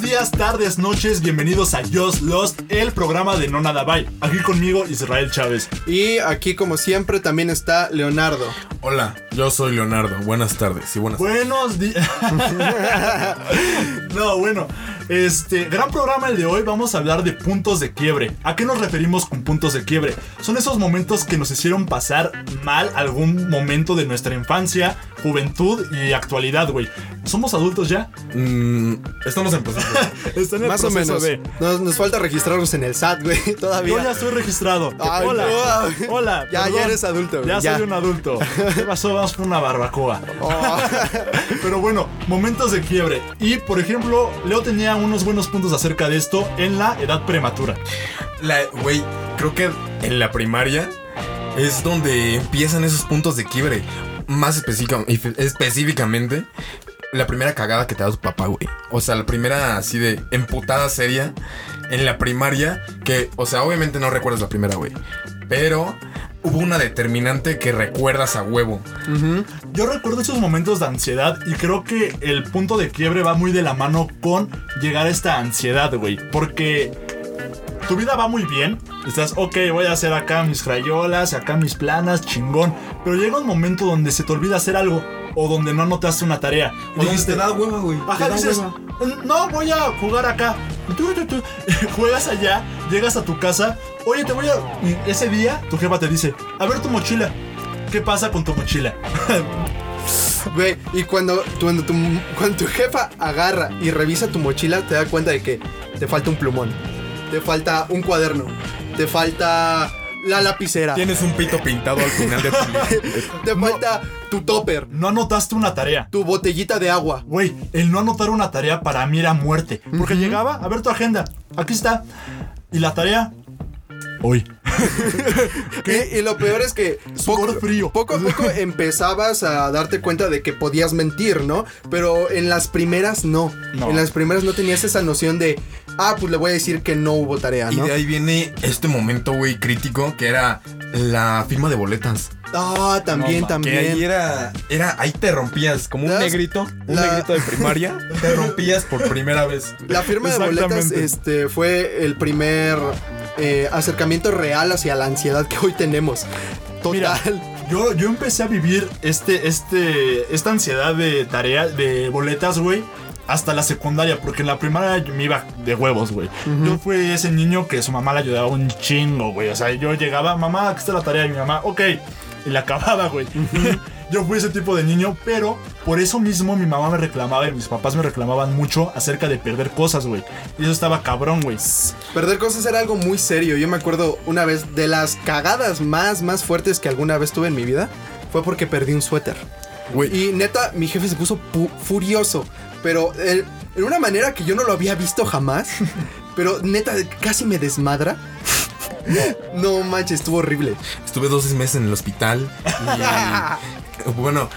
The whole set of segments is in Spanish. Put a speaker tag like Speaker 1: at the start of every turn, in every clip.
Speaker 1: días, tardes, noches, bienvenidos a Just Lost, el programa de No Nada Bye. Aquí conmigo Israel Chávez.
Speaker 2: Y aquí como siempre también está Leonardo.
Speaker 3: Hola, yo soy Leonardo. Buenas tardes y buenas
Speaker 1: Buenos días. no, bueno, este gran programa el de hoy vamos a hablar de puntos de quiebre. ¿A qué nos referimos con puntos de quiebre? Son esos momentos que nos hicieron pasar mal algún momento de nuestra infancia, juventud y actualidad, güey. Somos adultos ya.
Speaker 3: Mm, estamos empezando.
Speaker 1: Está en el
Speaker 2: Más o
Speaker 1: proceso
Speaker 2: menos.
Speaker 1: de-
Speaker 2: Nos, nos falta registrarnos en el SAT, güey.
Speaker 1: Yo ya
Speaker 2: Todavía.
Speaker 1: estoy registrado.
Speaker 2: Ay,
Speaker 1: hola.
Speaker 2: no.
Speaker 1: Hola.
Speaker 2: Ya- ya
Speaker 1: perdón.
Speaker 2: eres adulto, güey,
Speaker 1: Ya,
Speaker 2: ya.
Speaker 1: soy un adulto. ¿Qué pasó? Vamos por una barbacoa.
Speaker 2: Oh.
Speaker 1: Pero bueno, momentos de quiebre. Y por ejemplo, Leo tenía unos buenos puntos acerca de esto en la edad prematura.
Speaker 3: La, güey, creo que en la primaria es donde empiezan esos puntos de quiebre. Más específica- específicamente, la primera cagada que te da tu papá, güey. O sea, la primera así de emputada seria en la primaria. Que, o sea, obviamente no recuerdas la primera, güey. Pero hubo una determinante que recuerdas a huevo.
Speaker 1: Yo recuerdo esos momentos de ansiedad y creo que el punto de quiebre va muy de la mano con llegar a esta ansiedad, güey. Porque tu vida va muy bien. Estás, ok, voy a hacer acá mis crayolas, acá mis planas, chingón. Pero llega un momento donde se te olvida hacer algo o donde no anotaste una tarea. O donde te da
Speaker 3: hueva, güey.
Speaker 1: Ajá, dices, no, voy a jugar acá. Tu, tu, tu. Juegas allá, llegas a tu casa. Oye, te voy a. y Ese día, tu jefa te dice: A ver tu mochila. ¿Qué pasa con tu mochila?
Speaker 2: Güey, y cuando, cuando, tu, cuando tu jefa agarra y revisa tu mochila, te da cuenta de que te falta un plumón, te falta un cuaderno, te falta la lapicera,
Speaker 3: Tienes un pito pintado al final de tu
Speaker 2: te falta tu topper,
Speaker 1: No anotaste una tarea.
Speaker 2: tu botellita de agua.
Speaker 1: Güey, el no anotar una tarea para mí era muerte. Porque llegaba a ver tu agenda. Aquí está. Y la tarea. Hoy.
Speaker 2: Y, y lo peor es que
Speaker 1: Sudor
Speaker 2: poco,
Speaker 1: frío.
Speaker 2: poco a poco empezabas a darte cuenta de que podías mentir, ¿no? Pero en las primeras no.
Speaker 1: No.
Speaker 2: En las primeras no tenías esa noción de, ah, pues le voy a decir que no hubo tarea,
Speaker 3: Y
Speaker 2: ¿no?
Speaker 3: de ahí viene este momento, güey, crítico, que era la firma de boletas.
Speaker 2: Ah, también,
Speaker 1: No, ma,
Speaker 3: Que ahí
Speaker 2: también.
Speaker 3: era, era, ahí te rompías, como un
Speaker 2: Las-
Speaker 3: negrito, un
Speaker 2: la-
Speaker 3: negrito de primaria, te rompías por primera vez.
Speaker 2: La firma de boletas
Speaker 1: Exactamente.
Speaker 2: este, fue el primer eh, acercamiento real hacia la ansiedad que hoy tenemos.
Speaker 1: Mira,
Speaker 2: Total.
Speaker 1: yo, yo empecé a vivir este, este, esta ansiedad de tarea, de boletas, güey, hasta la secundaria, porque en la primaria yo me iba de huevos, güey. Yo fui ese niño que su mamá le ayudaba un chingo, güey. O sea, yo llegaba, mamá, aquí está la tarea, y mi mamá, ok, y la acababa, güey. Yo fui ese tipo de niño, pero por eso mismo mi mamá me reclamaba y mis papás me reclamaban mucho acerca de perder cosas, güey. Y eso estaba cabrón, güey.
Speaker 2: Perder cosas era algo muy serio. Yo me acuerdo una vez de las cagadas más, más fuertes que alguna vez tuve en mi vida. Fue porque perdí un suéter.
Speaker 3: Güey,
Speaker 2: Y neta, mi jefe se puso pu- furioso. Pero eh, en una manera que yo no lo había visto jamás. pero neta, casi me desmadra. No manches, estuvo horrible.
Speaker 3: estuve 12 meses en el hospital. y, bueno,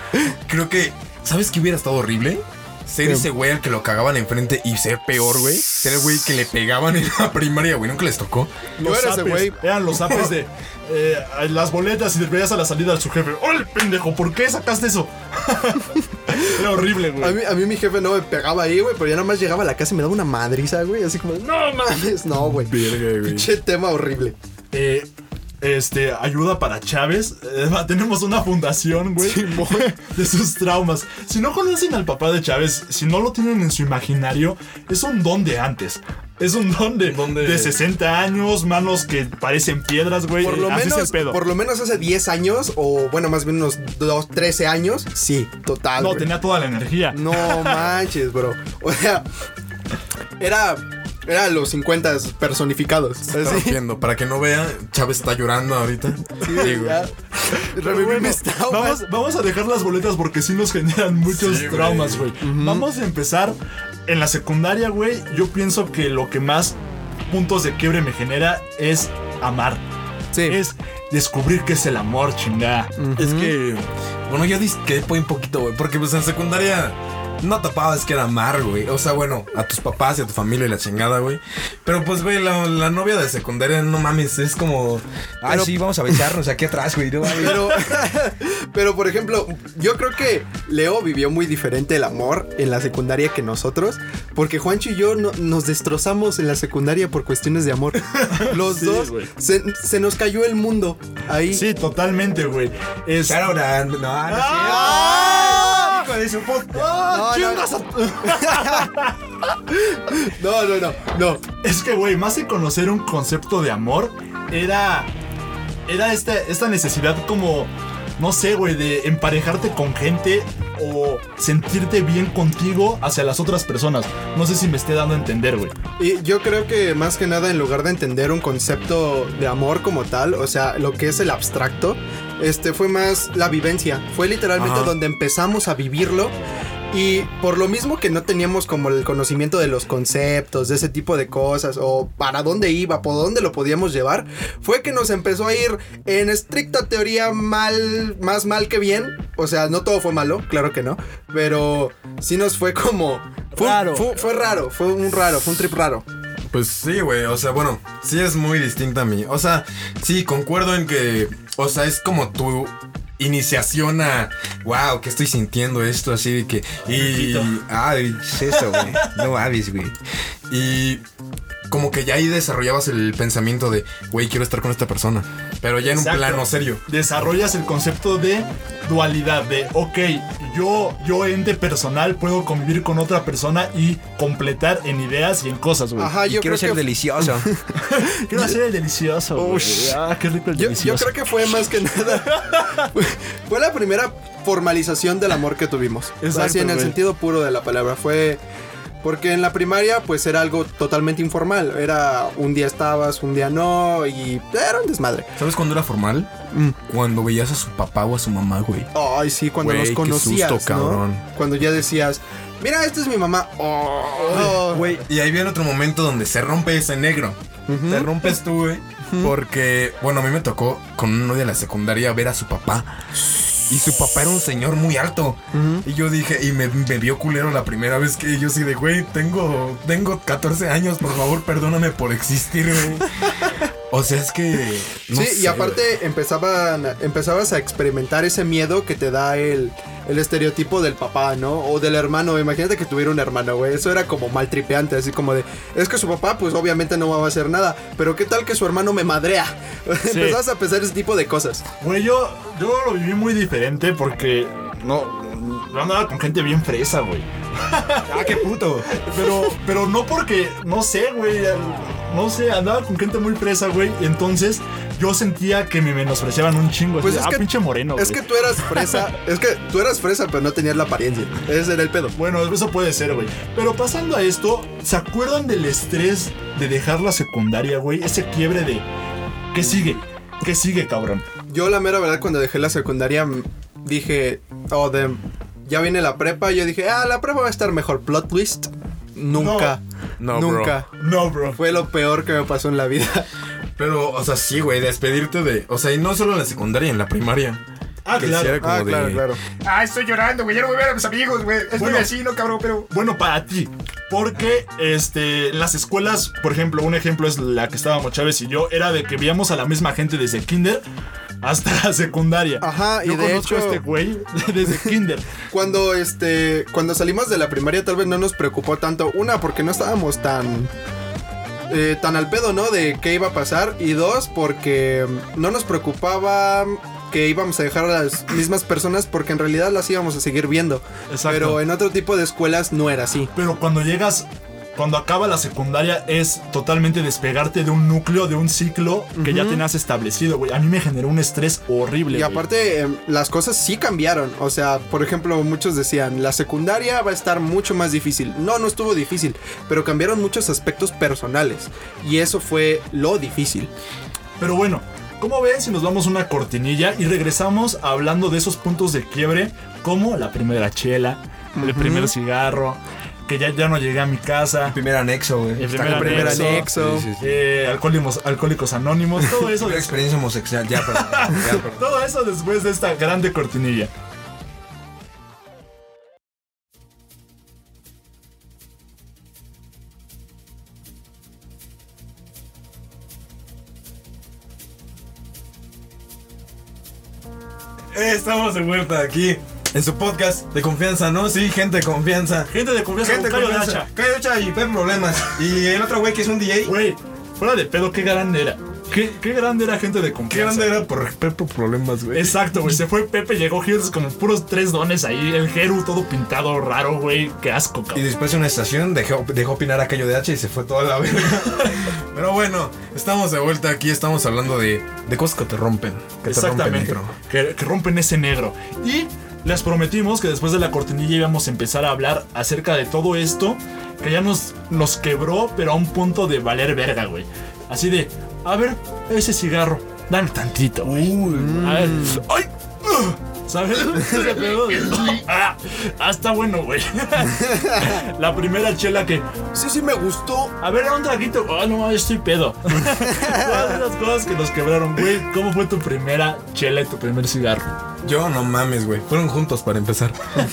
Speaker 3: creo que, ¿sabes qué hubiera estado horrible? Ser ese güey al que lo cagaban enfrente y ser peor, güey. Ser el güey que le pegaban en la primaria, güey. Nunca les tocó.
Speaker 2: Yo era ese
Speaker 1: zapes,
Speaker 2: güey.
Speaker 1: Eran los apes de eh, las boletas y le veías a la salida de su jefe. ¡Hola, pendejo! ¿Por qué sacaste eso? era horrible,
Speaker 2: A
Speaker 1: güey.
Speaker 2: mí, a mí mi jefe no me pegaba ahí, güey, pero ya nomás llegaba a la casa y me daba una madriza, güey. Así como, no mames, no, güey.
Speaker 3: Verga, güey.
Speaker 2: Pinche tema horrible.
Speaker 1: Eh, este, ayuda para Chávez. Eh, tenemos una fundación, güey. de sus traumas. Si no conocen al papá de Chávez, si no lo tienen en su imaginario, es un don de antes. Es un don de,
Speaker 3: Don de-
Speaker 1: de 60 años, manos que parecen piedras, güey.
Speaker 2: Por lo,
Speaker 1: Así es el
Speaker 2: menos,
Speaker 1: pedo.
Speaker 2: por lo menos hace 10 años, o bueno, más bien unos 2, 13 años. Sí, total.
Speaker 1: No,
Speaker 2: güey.
Speaker 1: tenía toda la energía.
Speaker 2: No manches, bro. O sea, era, era los 50 personificados.
Speaker 3: Está
Speaker 2: Así,
Speaker 3: rompiendo. Para que no vea, Chávez está llorando ahorita. Sí, güey.
Speaker 2: ya. Reviví
Speaker 1: Bueno,
Speaker 2: mis traumas.
Speaker 1: vamos, vamos a dejar las boletas porque sí nos generan muchos
Speaker 3: Sí, güey.
Speaker 1: traumas, güey. Vamos a empezar en la secundaria, güey. Yo pienso que lo que más puntos de quiebre me genera es amar.
Speaker 2: Sí.
Speaker 1: Es descubrir qué es el amor, chingada.
Speaker 3: Es que, bueno, yo disqué un poquito, güey, porque pues en pues, secundaria no tapabas que era amar, güey. O sea, bueno, a tus papás y a tu familia y la chingada, güey. Pero pues, güey, la, la novia de secundaria, no mames, es como.
Speaker 4: Ah,
Speaker 3: Pero-
Speaker 4: sí, vamos a besarnos aquí atrás, güey. no mames.
Speaker 2: Pero, pero por ejemplo, yo creo que Leo vivió muy diferente el amor en la secundaria que nosotros, porque Juancho y yo no- nos destrozamos en la secundaria por cuestiones de amor. Los
Speaker 1: Sí,
Speaker 2: dos
Speaker 1: güey.
Speaker 2: se, se nos cayó el mundo ahí.
Speaker 1: Sí, totalmente, güey. Es...
Speaker 4: Claro, ahora, no, no, es cierto.
Speaker 1: ¡Ah!
Speaker 4: Hijo de su puta.
Speaker 1: ¡Ah,
Speaker 2: No, no,
Speaker 1: chingas a-
Speaker 2: No, no, no, no.
Speaker 1: Es que, güey, más que conocer un concepto de amor, era. Era esta, esta necesidad como. No sé, güey, de emparejarte con gente o sentirte bien contigo hacia las otras personas. No sé si me esté dando a entender, güey.
Speaker 2: Y yo creo que más que nada, en lugar de entender un concepto de amor como tal, o sea, lo que es el abstracto, este fue más la vivencia. Fue literalmente
Speaker 3: Ajá.
Speaker 2: donde empezamos a vivirlo. Y por lo mismo que no teníamos como el conocimiento de los conceptos, de ese tipo de cosas, o para dónde iba, por dónde lo podíamos llevar, fue que nos empezó a ir en estricta teoría mal, más mal que bien. O sea, no todo fue malo, claro que no, pero sí nos fue como... Fue, un-
Speaker 4: Raro.
Speaker 2: fue- fue raro, fue un raro, fue un trip raro.
Speaker 3: Pues sí, güey. O sea, bueno, sí es muy distinta a mí. O sea, sí, concuerdo en que. O sea, es como tu iniciación a. Wow, que estoy sintiendo esto así de que. Y. Ah, y-
Speaker 4: Es eso, güey. No avis, güey.
Speaker 3: y como que ya ahí desarrollabas el pensamiento de, güey, quiero estar con esta persona. Pero ya en
Speaker 1: Exacto.
Speaker 3: un plano serio.
Speaker 1: Desarrollas el concepto de dualidad, de, ok, yo, yo ente personal puedo convivir con otra persona y completar en ideas Pues, y en cosas, güey.
Speaker 2: Ajá,
Speaker 4: Y
Speaker 2: yo
Speaker 4: quiero
Speaker 2: creo
Speaker 4: ser
Speaker 2: que
Speaker 4: delicioso.
Speaker 1: Quiero hacer el delicioso, güey.
Speaker 2: Ush.
Speaker 1: Ah, qué rico el
Speaker 2: yo,
Speaker 1: delicioso.
Speaker 2: yo creo que fue más que nada. fue- fue la primera formalización del amor que tuvimos.
Speaker 1: Exacto,
Speaker 2: Así en el
Speaker 1: güey.
Speaker 2: sentido puro de la palabra. Fue. Porque en la primaria, pues era algo totalmente informal. Era un día estabas, un día no, y era un desmadre.
Speaker 3: ¿Sabes cuándo era formal? Cuando veías a su papá o a su mamá, güey.
Speaker 2: Ay, sí, cuando
Speaker 3: Güey,
Speaker 2: nos
Speaker 3: qué
Speaker 2: conocías.
Speaker 3: susto,
Speaker 2: ¿no?
Speaker 3: cabrón.
Speaker 2: Cuando ya decías, mira, esta es mi mamá. Oh,
Speaker 4: Güey,
Speaker 3: Y ahí viene otro momento donde se rompe ese negro. Te rompes tú, güey. Porque, bueno, a mí me tocó con uno de la secundaria ver a su papá. Y su papá era un señor muy alto. Y yo dije, y me, me vio culero la primera vez que yo sí de, güey, tengo, tengo 14 años, por favor, perdóname por existir, güey. O sea, es que... no
Speaker 2: sí, y
Speaker 3: sé, güey.
Speaker 2: aparte empezaban, empezabas a experimentar ese miedo que te da el, el estereotipo del papá, ¿no? O del hermano. Imagínate que tuviera un hermano, güey. Eso era como mal tripeante, así como de, es que su papá, pues obviamente no va a hacer nada, pero ¿qué tal que su hermano me madrea? Empezabas a pensar ese tipo de cosas.
Speaker 1: Güey, yo, yo lo viví muy diferente porque no. Yo andaba con gente bien fresa, güey.
Speaker 4: ah, qué puto.
Speaker 1: Pero, pero no porque, no sé, güey. No sé, andaba con gente muy fresa, güey. Y entonces yo sentía que me menospreciaban un chingo.
Speaker 2: Pues
Speaker 1: así,
Speaker 2: es
Speaker 1: ah,
Speaker 2: que-
Speaker 1: pinche moreno,
Speaker 2: Es que
Speaker 1: güey".
Speaker 2: tú eras fresa, es que tú eras fresa, pero no tenías la apariencia. Ese era el pedo.
Speaker 1: Bueno, eso puede ser, güey. Pero pasando a esto, ¿se acuerdan del estrés de dejar la secundaria, güey? Ese quiebre de. ¿Qué sigue? ¿Qué sigue, cabrón?
Speaker 2: Yo la mera verdad cuando dejé la secundaria m- dije, oh, damn, ya viene la prepa. Yo dije, ah, la prepa va a estar mejor. Plot twist. Nunca.
Speaker 3: No, bro.
Speaker 2: nunca.
Speaker 1: No, bro.
Speaker 2: Fue lo peor que me pasó en la vida.
Speaker 3: Pero, o sea, sí, güey, despedirte de... O sea, y no solo en la secundaria, en la primaria.
Speaker 1: Ah,
Speaker 3: Que
Speaker 1: claro.
Speaker 3: sí era como de-
Speaker 4: Ah, estoy llorando, güey. Ya no voy a ver a mis amigos, güey. Es
Speaker 1: Bueno.
Speaker 4: vecino, cabrón, pero.
Speaker 1: bueno para ti. Porque este, en las escuelas, por ejemplo, un ejemplo es la que estábamos Chávez y yo, era de que veíamos a la misma gente desde kinder hasta la secundaria.
Speaker 2: Ajá, Ah, y
Speaker 1: yo
Speaker 2: de
Speaker 1: conozco
Speaker 2: hecho-
Speaker 1: a este güey desde kinder.
Speaker 2: Cuando este, cuando salimos de la primaria tal vez no nos preocupó tanto una porque no estábamos tan eh, tan al pedo, ¿no? De qué iba a pasar y dos porque mm, no nos preocupaba que íbamos a dejar a las mismas personas porque en realidad las íbamos a seguir viendo.
Speaker 1: Exacto.
Speaker 2: Pero en otro tipo de escuelas no era así.
Speaker 1: Pero cuando llegas, cuando acaba la secundaria, es totalmente despegarte de un núcleo, de un ciclo que ya tenías establecido, güey. A mí me generó un estrés horrible.
Speaker 2: Y
Speaker 1: güey.
Speaker 2: aparte, em, las cosas sí cambiaron. O sea, por ejemplo, muchos decían, la secundaria va a estar mucho más difícil. No, no estuvo difícil, pero cambiaron muchos aspectos personales. Y eso fue lo difícil.
Speaker 1: Pero bueno, ¿cómo ven si nos vamos una cortinilla y regresamos hablando de esos puntos de quiebre como la primera chela, el primer cigarro, que ya, ya no llegué a mi casa,
Speaker 4: Primer anexo, güey.
Speaker 1: El
Speaker 4: Está
Speaker 1: primer
Speaker 4: con
Speaker 2: Primer
Speaker 1: Eso,
Speaker 2: anexo.
Speaker 4: Sí, sí, sí.
Speaker 1: eh, alcohólicos, alcohólicos anónimos, todo eso,
Speaker 4: Primera
Speaker 1: des-
Speaker 4: experiencia homosexual. Ya, perdón. Ya, perdón.
Speaker 1: todo eso después de esta grande cortinilla.
Speaker 5: eh, estamos de vuelta aquí. En su podcast de confianza, ¿no? Sí, gente de confianza.
Speaker 1: Gente de confianza
Speaker 5: Gente
Speaker 1: con
Speaker 5: de
Speaker 1: Cayo
Speaker 5: confianza.
Speaker 1: Dacha.
Speaker 5: Cayo Dacha y Pep Problemas. Y el otro güey que es un DJ.
Speaker 1: Güey, fuera de pedo, qué grande era. Qué, qué grande era gente de
Speaker 5: Qué
Speaker 1: confianza.
Speaker 5: grande era por Pep Problemas, güey.
Speaker 1: Exacto, güey. Se fue Pepe, llegó Hills con puros tres dones ahí. El Geru todo pintado, raro, güey. Qué asco,
Speaker 5: Y
Speaker 1: cabrón.
Speaker 5: después de una estación dejó, dejó opinar a Cayo de H y se fue toda la verga.
Speaker 3: Pero bueno, estamos de vuelta aquí, estamos hablando de, de cosas que te rompen. Que te rompen
Speaker 1: Exactamente.
Speaker 3: dentro.
Speaker 1: Que, que rompen ese negro. Y les prometimos que después de la cortinilla íbamos a empezar a hablar acerca de todo esto. Que ya nos, nos quebró, pero a un punto de valer verga, güey. Así de, a ver, ese cigarro, dame tantito, güey. A ver, ¡ay! ugh, ¿Sabes? Ese pedo de- Ah, ah, está bueno, güey. La primera chela que.
Speaker 2: Sí, sí, me gustó.
Speaker 1: A ver, un traguito. Ah, no mames, estoy pedo. Todas esas cosas que nos quebraron, güey. ¿Cómo fue tu primera chela y tu primer cigarro?
Speaker 3: Yo no mames, güey. Fueron juntos para empezar.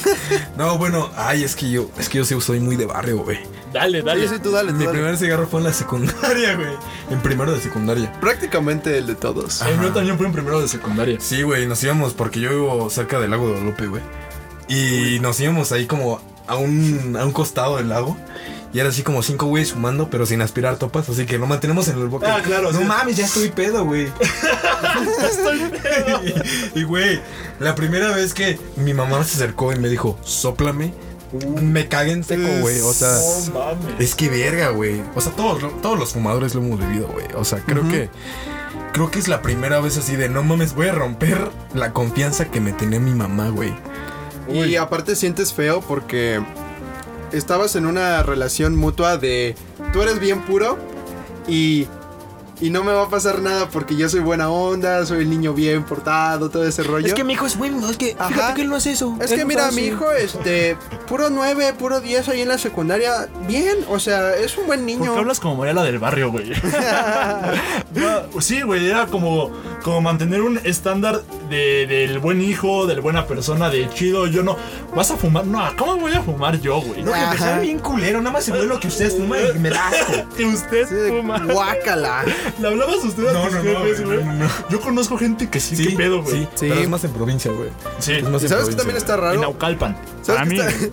Speaker 3: no, bueno, ay, es que yo, es que yo sí soy muy de barrio, güey.
Speaker 1: Dale, dale.
Speaker 2: Sí, sí, tú dale, tú
Speaker 3: Mi
Speaker 2: dale.
Speaker 3: primer cigarro fue en la secundaria, güey. En primero de secundaria.
Speaker 2: Prácticamente el de
Speaker 3: Ah,
Speaker 2: todos.
Speaker 1: El mío Eh, también fue en primero de secundaria.
Speaker 3: Sí, güey, nos íbamos porque yo vivo cerca del lago de Guadalupe, güey. Y nos íbamos ahí como a un, a un costado del lago. Y era así como cinco güeyes fumando, pero sin aspirar topas. Así que lo mantenemos en el boque.
Speaker 5: Ah, claro,
Speaker 3: No
Speaker 5: sí.
Speaker 3: mames, ya estoy pedo, güey. Y, güey, la primera vez que mi mamá se acercó y me dijo, soplame, me cagué en seco, güey. O sea,
Speaker 1: No mames.
Speaker 3: es que verga, güey. O sea, todos, lo- todos los fumadores lo hemos vivido, güey. O sea, creo que. Creo que es la primera vez así de no mames, voy a romper la confianza que me tenía mi mamá, güey.
Speaker 2: Y aparte sientes feo porque estabas en una relación mutua de tú eres bien puro y, y no me va a pasar nada porque yo soy buena onda, soy el niño bien portado, todo ese rollo. Es que mi hijo es bueno, es que que él no es eso. Es que mira, mi hijo, este, puro 9, puro 10 ahí en la secundaria, bien, o sea, es un buen
Speaker 1: ¿Por
Speaker 2: niño.
Speaker 1: qué hablas como Mariela del barrio, güey? No, sí, güey, era como, como mantener un estándar de- del buen hijo, del buena persona, de chido. Yo no. ¿Vas a fumar? No, ¿cómo voy a fumar yo, güey? Ah.
Speaker 5: No, que
Speaker 2: Ajá.
Speaker 5: empezaron bien culero, nada más se fue lo que ustedes fuman y me da asco.
Speaker 1: Que usted
Speaker 2: Sí, de
Speaker 1: fuma.
Speaker 2: guácala.
Speaker 1: ¿Le hablabas a usted a
Speaker 3: No,
Speaker 1: tus
Speaker 3: no, no,
Speaker 1: jefes,
Speaker 3: güey,
Speaker 1: güey?
Speaker 3: no, no, no.
Speaker 1: Yo conozco gente que sí, qué pedo, güey.
Speaker 3: Sí,
Speaker 2: Sí.
Speaker 3: pero es más en provincia, güey.
Speaker 1: Sí.
Speaker 3: Es más en
Speaker 2: ¿Sabes que
Speaker 3: provincia,
Speaker 2: también está
Speaker 1: En
Speaker 2: raro?
Speaker 1: Naucalpan.
Speaker 2: ¿Sabes
Speaker 1: A mí.
Speaker 2: qué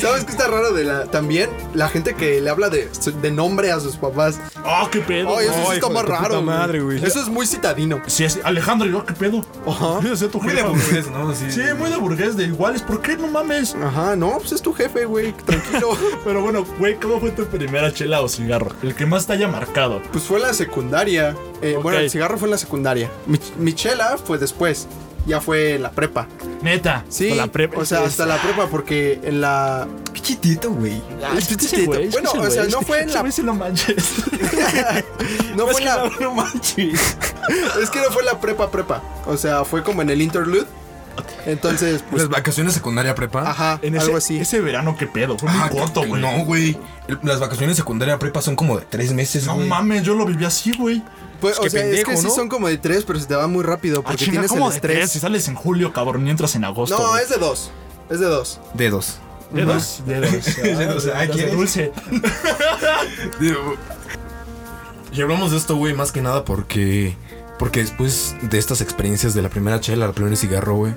Speaker 2: ¿Sabes qué está raro de la también la gente que le habla de, de nombre a sus papás?
Speaker 1: Oh, qué pedo.
Speaker 2: Ay, eso sí
Speaker 1: güey.
Speaker 2: está más
Speaker 3: de tu puta
Speaker 2: raro. güey.
Speaker 3: madre, güey.
Speaker 2: Eso es muy citadino.
Speaker 1: Sí, así, Alejandro, yo, qué pedo.
Speaker 2: Ajá.
Speaker 1: Fíjese tu
Speaker 3: Muy de
Speaker 1: jefa, güey.
Speaker 3: burgués, ¿no? Sí.
Speaker 1: Sí, muy de burgués, de iguales. ¿Por qué no mames?
Speaker 2: Ajá, no, pues es tu jefe, güey. Tranquilo.
Speaker 1: Pero bueno, güey, ¿cómo fue tu primera chela o cigarro? El que más te haya marcado.
Speaker 2: pues fue en la secundaria. Eh,
Speaker 1: Ok.
Speaker 2: Bueno, el cigarro fue en la secundaria. Mi, mi chela fue después. Ya fue en la prepa.
Speaker 1: Neta.
Speaker 2: Sí.
Speaker 1: hasta la prepa.
Speaker 2: o sea, hasta la prepa, porque en la.
Speaker 3: Qué chitito, güey.
Speaker 1: Ah, es que ese
Speaker 2: Tito.
Speaker 1: güey, es que
Speaker 2: Bueno,
Speaker 1: ese
Speaker 2: o sea,
Speaker 1: güey, es
Speaker 2: no
Speaker 1: que-
Speaker 2: fue en
Speaker 1: ese
Speaker 2: la-
Speaker 1: güey sí lo manches.
Speaker 2: No
Speaker 1: Es que
Speaker 2: fue en la.
Speaker 1: no, no manches.
Speaker 2: Es que no fue en la prepa, prepa. O sea, fue como en el interlude. Entonces, pues.
Speaker 3: Las vacaciones secundaria prepa.
Speaker 2: Ajá,
Speaker 1: En ese,
Speaker 2: algo así.
Speaker 1: Ese verano, qué pedo. Fue muy
Speaker 3: Ah,
Speaker 1: corto, güey.
Speaker 3: No, güey. El- Las vacaciones secundaria prepa son como de tres meses,
Speaker 1: No
Speaker 3: güey.
Speaker 1: mames, yo lo viví así, güey.
Speaker 2: Pues,
Speaker 3: que
Speaker 2: o sea,
Speaker 3: pendejo,
Speaker 2: es que
Speaker 3: ¿no?
Speaker 2: sí son como de tres, pero se te va muy rápido
Speaker 1: Ah,
Speaker 2: porque
Speaker 1: chinga,
Speaker 2: tienes el
Speaker 1: ¿cómo de tres?
Speaker 2: estrés.
Speaker 1: Si sales en julio, cabrón, y entras en agosto.
Speaker 2: no,
Speaker 1: güey.
Speaker 2: es de dos. Es de dos.
Speaker 3: Dedos.
Speaker 1: Dedos. Dedos.
Speaker 3: Dedos, ah,
Speaker 1: Dedos de
Speaker 3: ¿quieres?
Speaker 1: dulce.
Speaker 3: Y hablamos de esto, güey, más que nada porque. Porque después de estas experiencias de la primera chela, la primera cigarro, güey.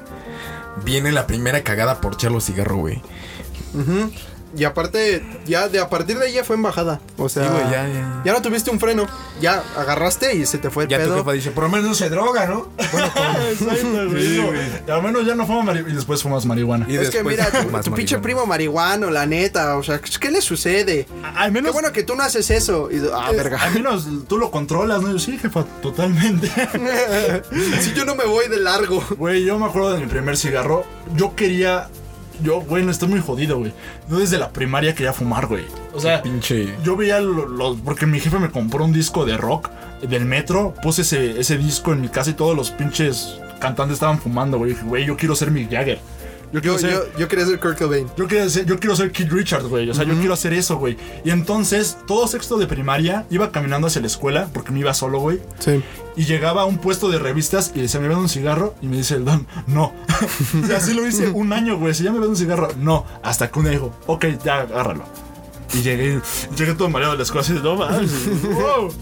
Speaker 3: Viene la primera cagada por chela o cigarro, güey.
Speaker 2: Ujú. Y aparte, ya de a partir de ahí ya fue embajada. O sea,
Speaker 3: Sí, güey,
Speaker 2: ya,
Speaker 3: ya, ya.
Speaker 2: no tuviste un freno. Ya agarraste y se te fue el
Speaker 3: Ya tu
Speaker 2: pedo.
Speaker 3: jefa dice,
Speaker 5: Por
Speaker 3: por
Speaker 5: lo menos no se droga, ¿no? Bueno, con-
Speaker 1: Exacto, güey. Y al menos ya no fumas marihuana. Y después fumas marihuana.
Speaker 3: Y
Speaker 2: es que
Speaker 3: después
Speaker 2: mira, tu,
Speaker 3: más
Speaker 2: tu pinche
Speaker 3: marihuana.
Speaker 2: primo marihuano, la neta. O sea, ¿qué le sucede?
Speaker 1: Al
Speaker 2: Qué
Speaker 1: menos.
Speaker 2: bueno que tú no haces eso. Y, ah,
Speaker 1: Al
Speaker 2: verga.
Speaker 1: menos tú lo controlas, ¿no? Yo sí, jefa, totalmente.
Speaker 2: si yo no me voy de largo.
Speaker 1: Güey, yo me acuerdo de mi primer cigarro. Yo quería. Yo, güey, no estoy muy jodido, güey. Yo desde la primaria quería fumar, güey. O sea,
Speaker 3: Pinche.
Speaker 1: yo veía los. porque mi jefe me compró un disco de rock del metro. Puse ese, ese disco en mi casa y todos los pinches cantantes estaban fumando, güey. Dije, Güey, yo quiero ser Mick Jagger. Yo quiero
Speaker 2: Yo,
Speaker 1: ser.
Speaker 2: yo, yo quería ser Kurt Cobain.
Speaker 1: Yo quiero, ser, yo quiero ser Keith Richards, güey. O sea, yo quiero hacer eso, güey. Y entonces, todo sexto de primaria, iba caminando hacia la escuela, porque me iba solo, güey.
Speaker 2: Sí.
Speaker 1: Y llegaba a un puesto de revistas y decía, ¿me vende un cigarro? Y me dice el don, no. y así lo hice un año, güey. Si ya me vende un cigarro, no. Hasta que uno dijo, ok, ya agárralo. Y llegué, llegué todo mareado de la escuela así de no mames. wow.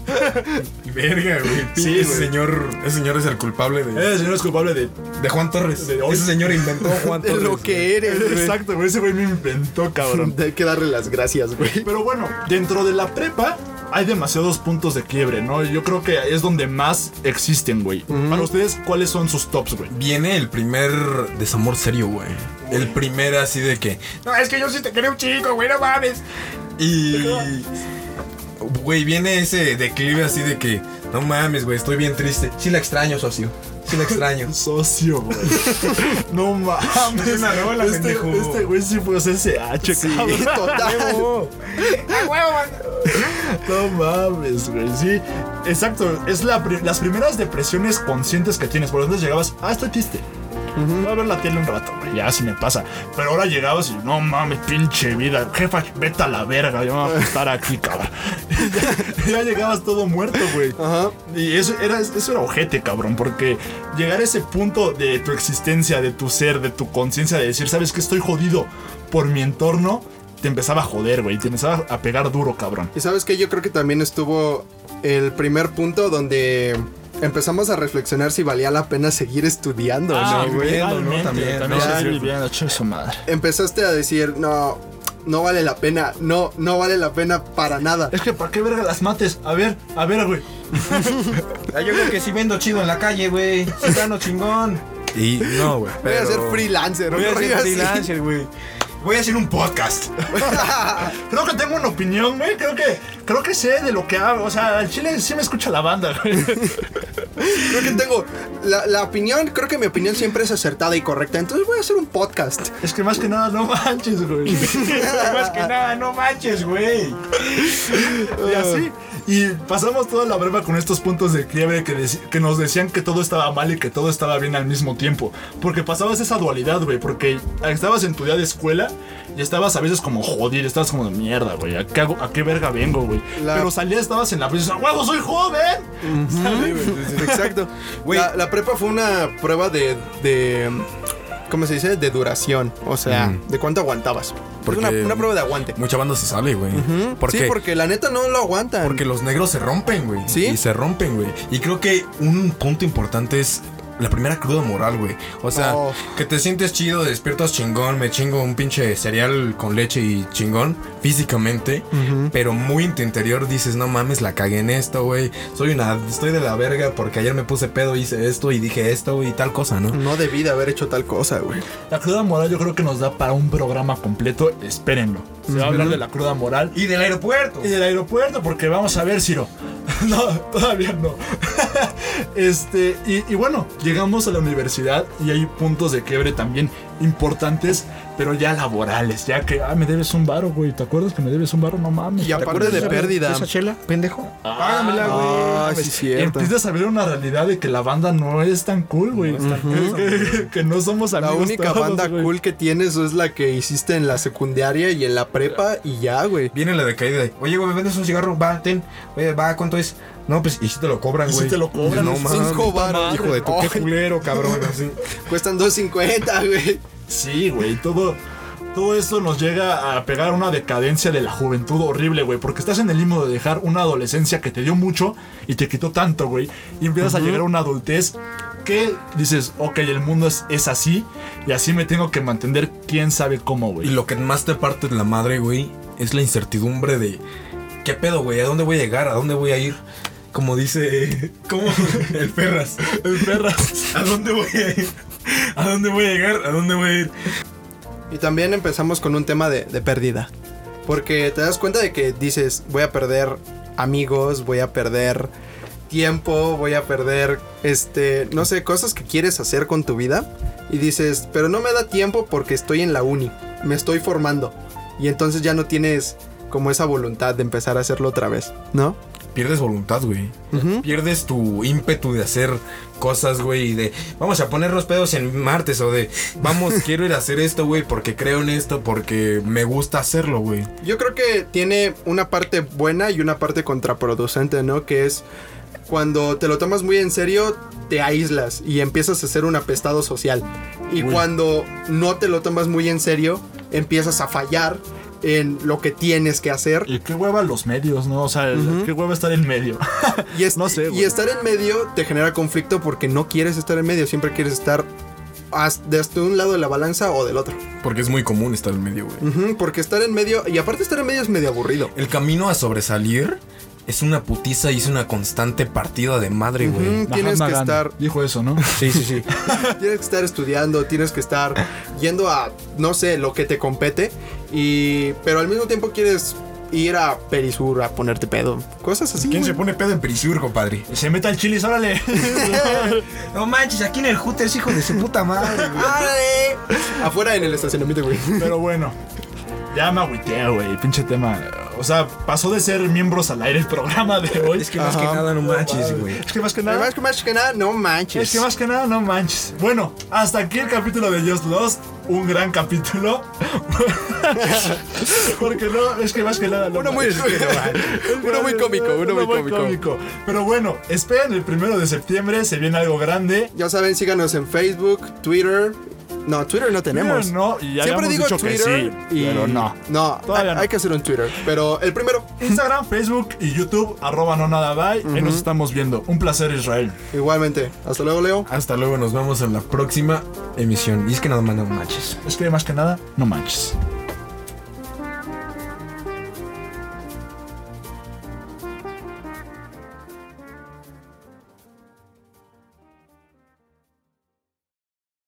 Speaker 3: Verga, güey.
Speaker 1: Sí,
Speaker 3: Sí, ese
Speaker 1: güey.
Speaker 3: señor, ese señor es el culpable de,
Speaker 1: Ese señor es culpable de.
Speaker 3: de Juan Torres.
Speaker 1: De hoy.
Speaker 3: Ese señor inventó a Juan
Speaker 2: De
Speaker 3: Torres.
Speaker 2: lo que eres, güey.
Speaker 1: Exacto, güey. Ese güey me inventó, cabrón.
Speaker 2: Hay que darle las gracias, güey.
Speaker 1: Pero bueno, dentro de la prepa hay demasiados puntos de quiebre, ¿no? Yo creo que es donde más existen, güey. Para ustedes, ¿cuáles son sus tops, güey?
Speaker 3: Viene el primer desamor serio, güey. El primer así de que.
Speaker 4: No, es que yo sí te quería un chico, güey, no mames.
Speaker 3: Y. Güey, viene ese declive así de que. No mames, güey, estoy bien triste. Sí la extraño, socio. Sí la extraño.
Speaker 1: Socio, güey. no mames.
Speaker 3: Es una rola,
Speaker 1: este,
Speaker 3: pendejo.
Speaker 1: este güey sí fue Ah, CCH, cabrón.
Speaker 2: Total.
Speaker 4: ¡Ah, huevo, man!
Speaker 1: No mames, güey. Sí, exacto. Es la pri- las primeras depresiones conscientes que tienes. Por donde llegabas, ah, estoy triste. Voy a ver la tele un rato, güey. Ya si me pasa. Pero ahora llegabas y no mames, pinche vida. Jefa, vete a la verga. Yo me voy a estar aquí, cabrón. ya, ya llegabas todo muerto, güey.
Speaker 2: Ajá.
Speaker 1: Y eso era, eso era ojete, cabrón. Porque llegar a ese punto de tu existencia, de tu ser, de tu conciencia, de decir, sabes que estoy jodido por mi entorno, te empezaba a joder, güey. Te empezaba a pegar duro, cabrón.
Speaker 2: Y sabes que yo creo que también estuvo el primer punto donde empezamos a reflexionar si valía la pena seguir estudiando,
Speaker 1: Ah,
Speaker 2: ¿no, güey?
Speaker 1: legalmente,
Speaker 3: ¿no? También,
Speaker 1: también
Speaker 3: ¿no?
Speaker 1: se
Speaker 3: Sí,
Speaker 1: sirve.
Speaker 3: sí.
Speaker 2: Empezaste a decir, no, no vale la pena, no, no vale la pena para nada.
Speaker 1: Es que para qué verga las mates. A ver, a ver, güey.
Speaker 5: Ah, Yo creo que sí vendo chido en la calle, güey. Sí gano chingón.
Speaker 3: Y no, güey.
Speaker 2: Voy a
Speaker 3: pero-
Speaker 2: ser freelancer,
Speaker 5: Voy
Speaker 2: ¿no?
Speaker 5: a
Speaker 2: Yo
Speaker 5: ser
Speaker 2: así.
Speaker 5: freelancer, güey.
Speaker 3: Voy a hacer un podcast.
Speaker 1: Creo que tengo una opinión, güey. Creo que, creo que sé de lo que hago. O sea, al chile sí me escucha la banda, güey.
Speaker 2: Creo que tengo la, la opinión, creo que mi opinión siempre es acertada y correcta. Entonces voy a hacer un podcast.
Speaker 1: Es que más que nada, no manches, güey.
Speaker 5: Más que nada, no manches, güey.
Speaker 1: Y así. Y pasamos toda la breva con estos puntos de quiebre que, deci- que nos decían que todo estaba mal y que todo estaba bien al mismo tiempo. Porque pasabas esa dualidad, güey. Porque estabas en tu día de escuela y estabas a veces como joder, estabas como de mierda, güey. ¿A qué, hago- a qué verga vengo, güey?
Speaker 2: La-
Speaker 1: Pero salías, estabas en la prisa, ¡huevo, soy joven!
Speaker 2: Exacto. La, la prepa fue una prueba de, de. ¿Cómo se dice? De duración. O sea, de cuánto aguantabas. Es
Speaker 3: Mm. Porque-
Speaker 2: una, una prueba de aguante.
Speaker 3: Mucha banda se sale, güey. ¿Por
Speaker 2: sí,
Speaker 3: qué?
Speaker 2: porque la neta no lo aguantan.
Speaker 3: Porque los negros se rompen, güey.
Speaker 2: ¿Sí?
Speaker 3: Y se rompen, güey. Y creo que un punto importante es la primera cruda moral, güey. O sea,
Speaker 2: Oh.
Speaker 3: que te sientes chido, despiertas chingón, me chingo un pinche cereal con leche y chingón físicamente, pero muy en tu interior dices, "No mames, la cagué en esto, güey. Soy una estoy de la verga porque ayer me puse pedo, hice esto y dije esto güey, y tal cosa, ¿no?"
Speaker 2: No debí de haber hecho tal cosa, güey.
Speaker 1: La cruda moral yo creo que nos da para un programa completo. Espérenlo. Se va a hablar de la cruda moral
Speaker 5: Y del aeropuerto.
Speaker 1: y del aeropuerto porque vamos a ver, Ciro. No, todavía no. este, y, y bueno, llegamos a la universidad y hay puntos de quiebre también importantes, pero ya laborales, ya que, ah, me debes un varo, güey, ¿te acuerdas que me debes un varo? No mames.
Speaker 2: Y aparte de pérdida.
Speaker 5: chela, pendejo?
Speaker 1: Págamela, güey.
Speaker 2: Ah,
Speaker 1: no mames.
Speaker 2: sí, cierto.
Speaker 1: Empiezas a ver una realidad de que la banda no es tan cool, güey. que, que no somos
Speaker 2: La
Speaker 1: amigos.
Speaker 2: única
Speaker 1: todos,
Speaker 2: banda
Speaker 1: güey.
Speaker 2: cool que tienes es la que hiciste en la secundaria y en la prepa y ya, güey.
Speaker 3: Viene la decaída de, oye, güey, ¿me vendes un cigarro? Va, ten. Oye, va, ¿cuánto es? No, pues, y si te lo cobran,
Speaker 1: Y
Speaker 3: güey.
Speaker 1: si te lo cobran,
Speaker 3: no
Speaker 1: es
Speaker 3: mames.
Speaker 2: cinco varos.
Speaker 3: Hijo de tu, qué
Speaker 2: Ay.
Speaker 3: culero, cabrón. Así.
Speaker 2: Cuestan 2.50, güey.
Speaker 1: Sí, güey, todo. Todo esto nos llega a pegar una decadencia de la juventud horrible, güey. Porque estás en el limbo de dejar una adolescencia que te dio mucho y te quitó tanto, güey. Y empiezas a llegar a una adultez que dices, ok, el mundo es, es así y así me tengo que mantener quién sabe cómo,
Speaker 3: Y
Speaker 1: güey.
Speaker 3: lo que más te parte de la madre, güey, es la incertidumbre de ¿qué pedo, güey? ¿A dónde voy a llegar? ¿A dónde voy a ir? Como dice como el Ferras, el Ferras, ¿a dónde voy a ir? ¿A dónde voy a llegar? ¿A dónde voy a ir?
Speaker 2: Y también empezamos con un tema de, de pérdida. Porque te das cuenta de que dices, voy a perder amigos, voy a perder tiempo, voy a perder, este, no sé, cosas que quieres hacer con tu vida. Y dices, pero no me da tiempo porque estoy en la uni, me estoy formando. Y entonces ya no tienes como esa voluntad de empezar a hacerlo otra vez, ¿no?
Speaker 3: Pierdes voluntad, güey. Pierdes tu ímpetu de hacer cosas, güey, y de vamos a poner los pedos en martes o de vamos, quiero ir a hacer esto, güey, porque creo en esto, porque me gusta hacerlo, güey.
Speaker 2: Yo creo que tiene una parte buena y una parte contraproducente, ¿no? Que es cuando te lo tomas muy en serio, te aíslas y empiezas a ser un apestado social. Y cuando no te lo tomas muy en serio, empiezas a fallar en lo que tienes que hacer.
Speaker 1: Y qué hueva los medios, ¿no? O sea, qué hueva estar en medio.
Speaker 2: Y, es-
Speaker 1: No sé,
Speaker 2: y
Speaker 1: güey.
Speaker 2: estar en medio te genera conflicto porque no quieres estar en medio, siempre quieres estar haz- desde un lado de la balanza o del otro.
Speaker 3: Porque es muy común estar en medio, güey.
Speaker 2: Ujú, porque estar en medio, y aparte estar en medio es medio aburrido.
Speaker 3: El camino a sobresalir es una putiza y es una constante partida de madre, güey.
Speaker 2: Ujú, tienes
Speaker 1: Mahatma
Speaker 2: que
Speaker 1: Gandhi
Speaker 2: estar
Speaker 1: Dijo eso, ¿no?
Speaker 3: Sí, sí, sí.
Speaker 2: tienes que estar estudiando, tienes que estar yendo a, no sé, lo que te compete, y, pero al mismo tiempo quieres ir a Perisur a ponerte pedo. Cosas así.
Speaker 3: ¿Quién
Speaker 2: güey.
Speaker 3: se pone pedo en Perisur, compadre?
Speaker 1: Se mete al chilis, órale.
Speaker 5: No manches, aquí en el Hooters, hijo de su puta madre, güey.
Speaker 2: ¡Árale! Afuera en el estacionamiento, güey.
Speaker 1: Pero bueno. Ya me agüité, güey. Pinche tema. O sea, pasó de ser miembros al aire el programa de hoy.
Speaker 5: Es que más que nada no manches, güey.
Speaker 1: Es que más que nada.
Speaker 2: Además, que más que nada, no manches.
Speaker 1: Es que más que nada, no manches. Bueno, hasta aquí el capítulo de Just Lost. Un gran capítulo. Porque no, es que más que nada. no
Speaker 2: Uno muy-
Speaker 1: manches.
Speaker 2: uno muy cómico, uno muy cómico.
Speaker 1: Pero bueno, esperen el primero de septiembre. Se viene algo grande.
Speaker 2: Ya saben, síganos en Facebook, Twitter. No, Twitter no tenemos.
Speaker 1: Twitter no, y ya
Speaker 2: Siempre
Speaker 1: habíamos
Speaker 2: digo
Speaker 1: dicho que
Speaker 2: Twitter
Speaker 1: sí,
Speaker 2: y-
Speaker 1: pero no.
Speaker 2: No,
Speaker 1: Todavía
Speaker 2: hay,
Speaker 1: no.
Speaker 2: hay que hacer un Twitter. Pero el primero,
Speaker 1: Instagram, Facebook y YouTube. Arroba no nada bye. Ahí nos estamos viendo. Un placer, Israel.
Speaker 2: igualmente. Hasta luego, Leo.
Speaker 3: Hasta luego, nos vemos en la próxima emisión. Y es que nada más no manches.
Speaker 1: Es que más que nada, no manches.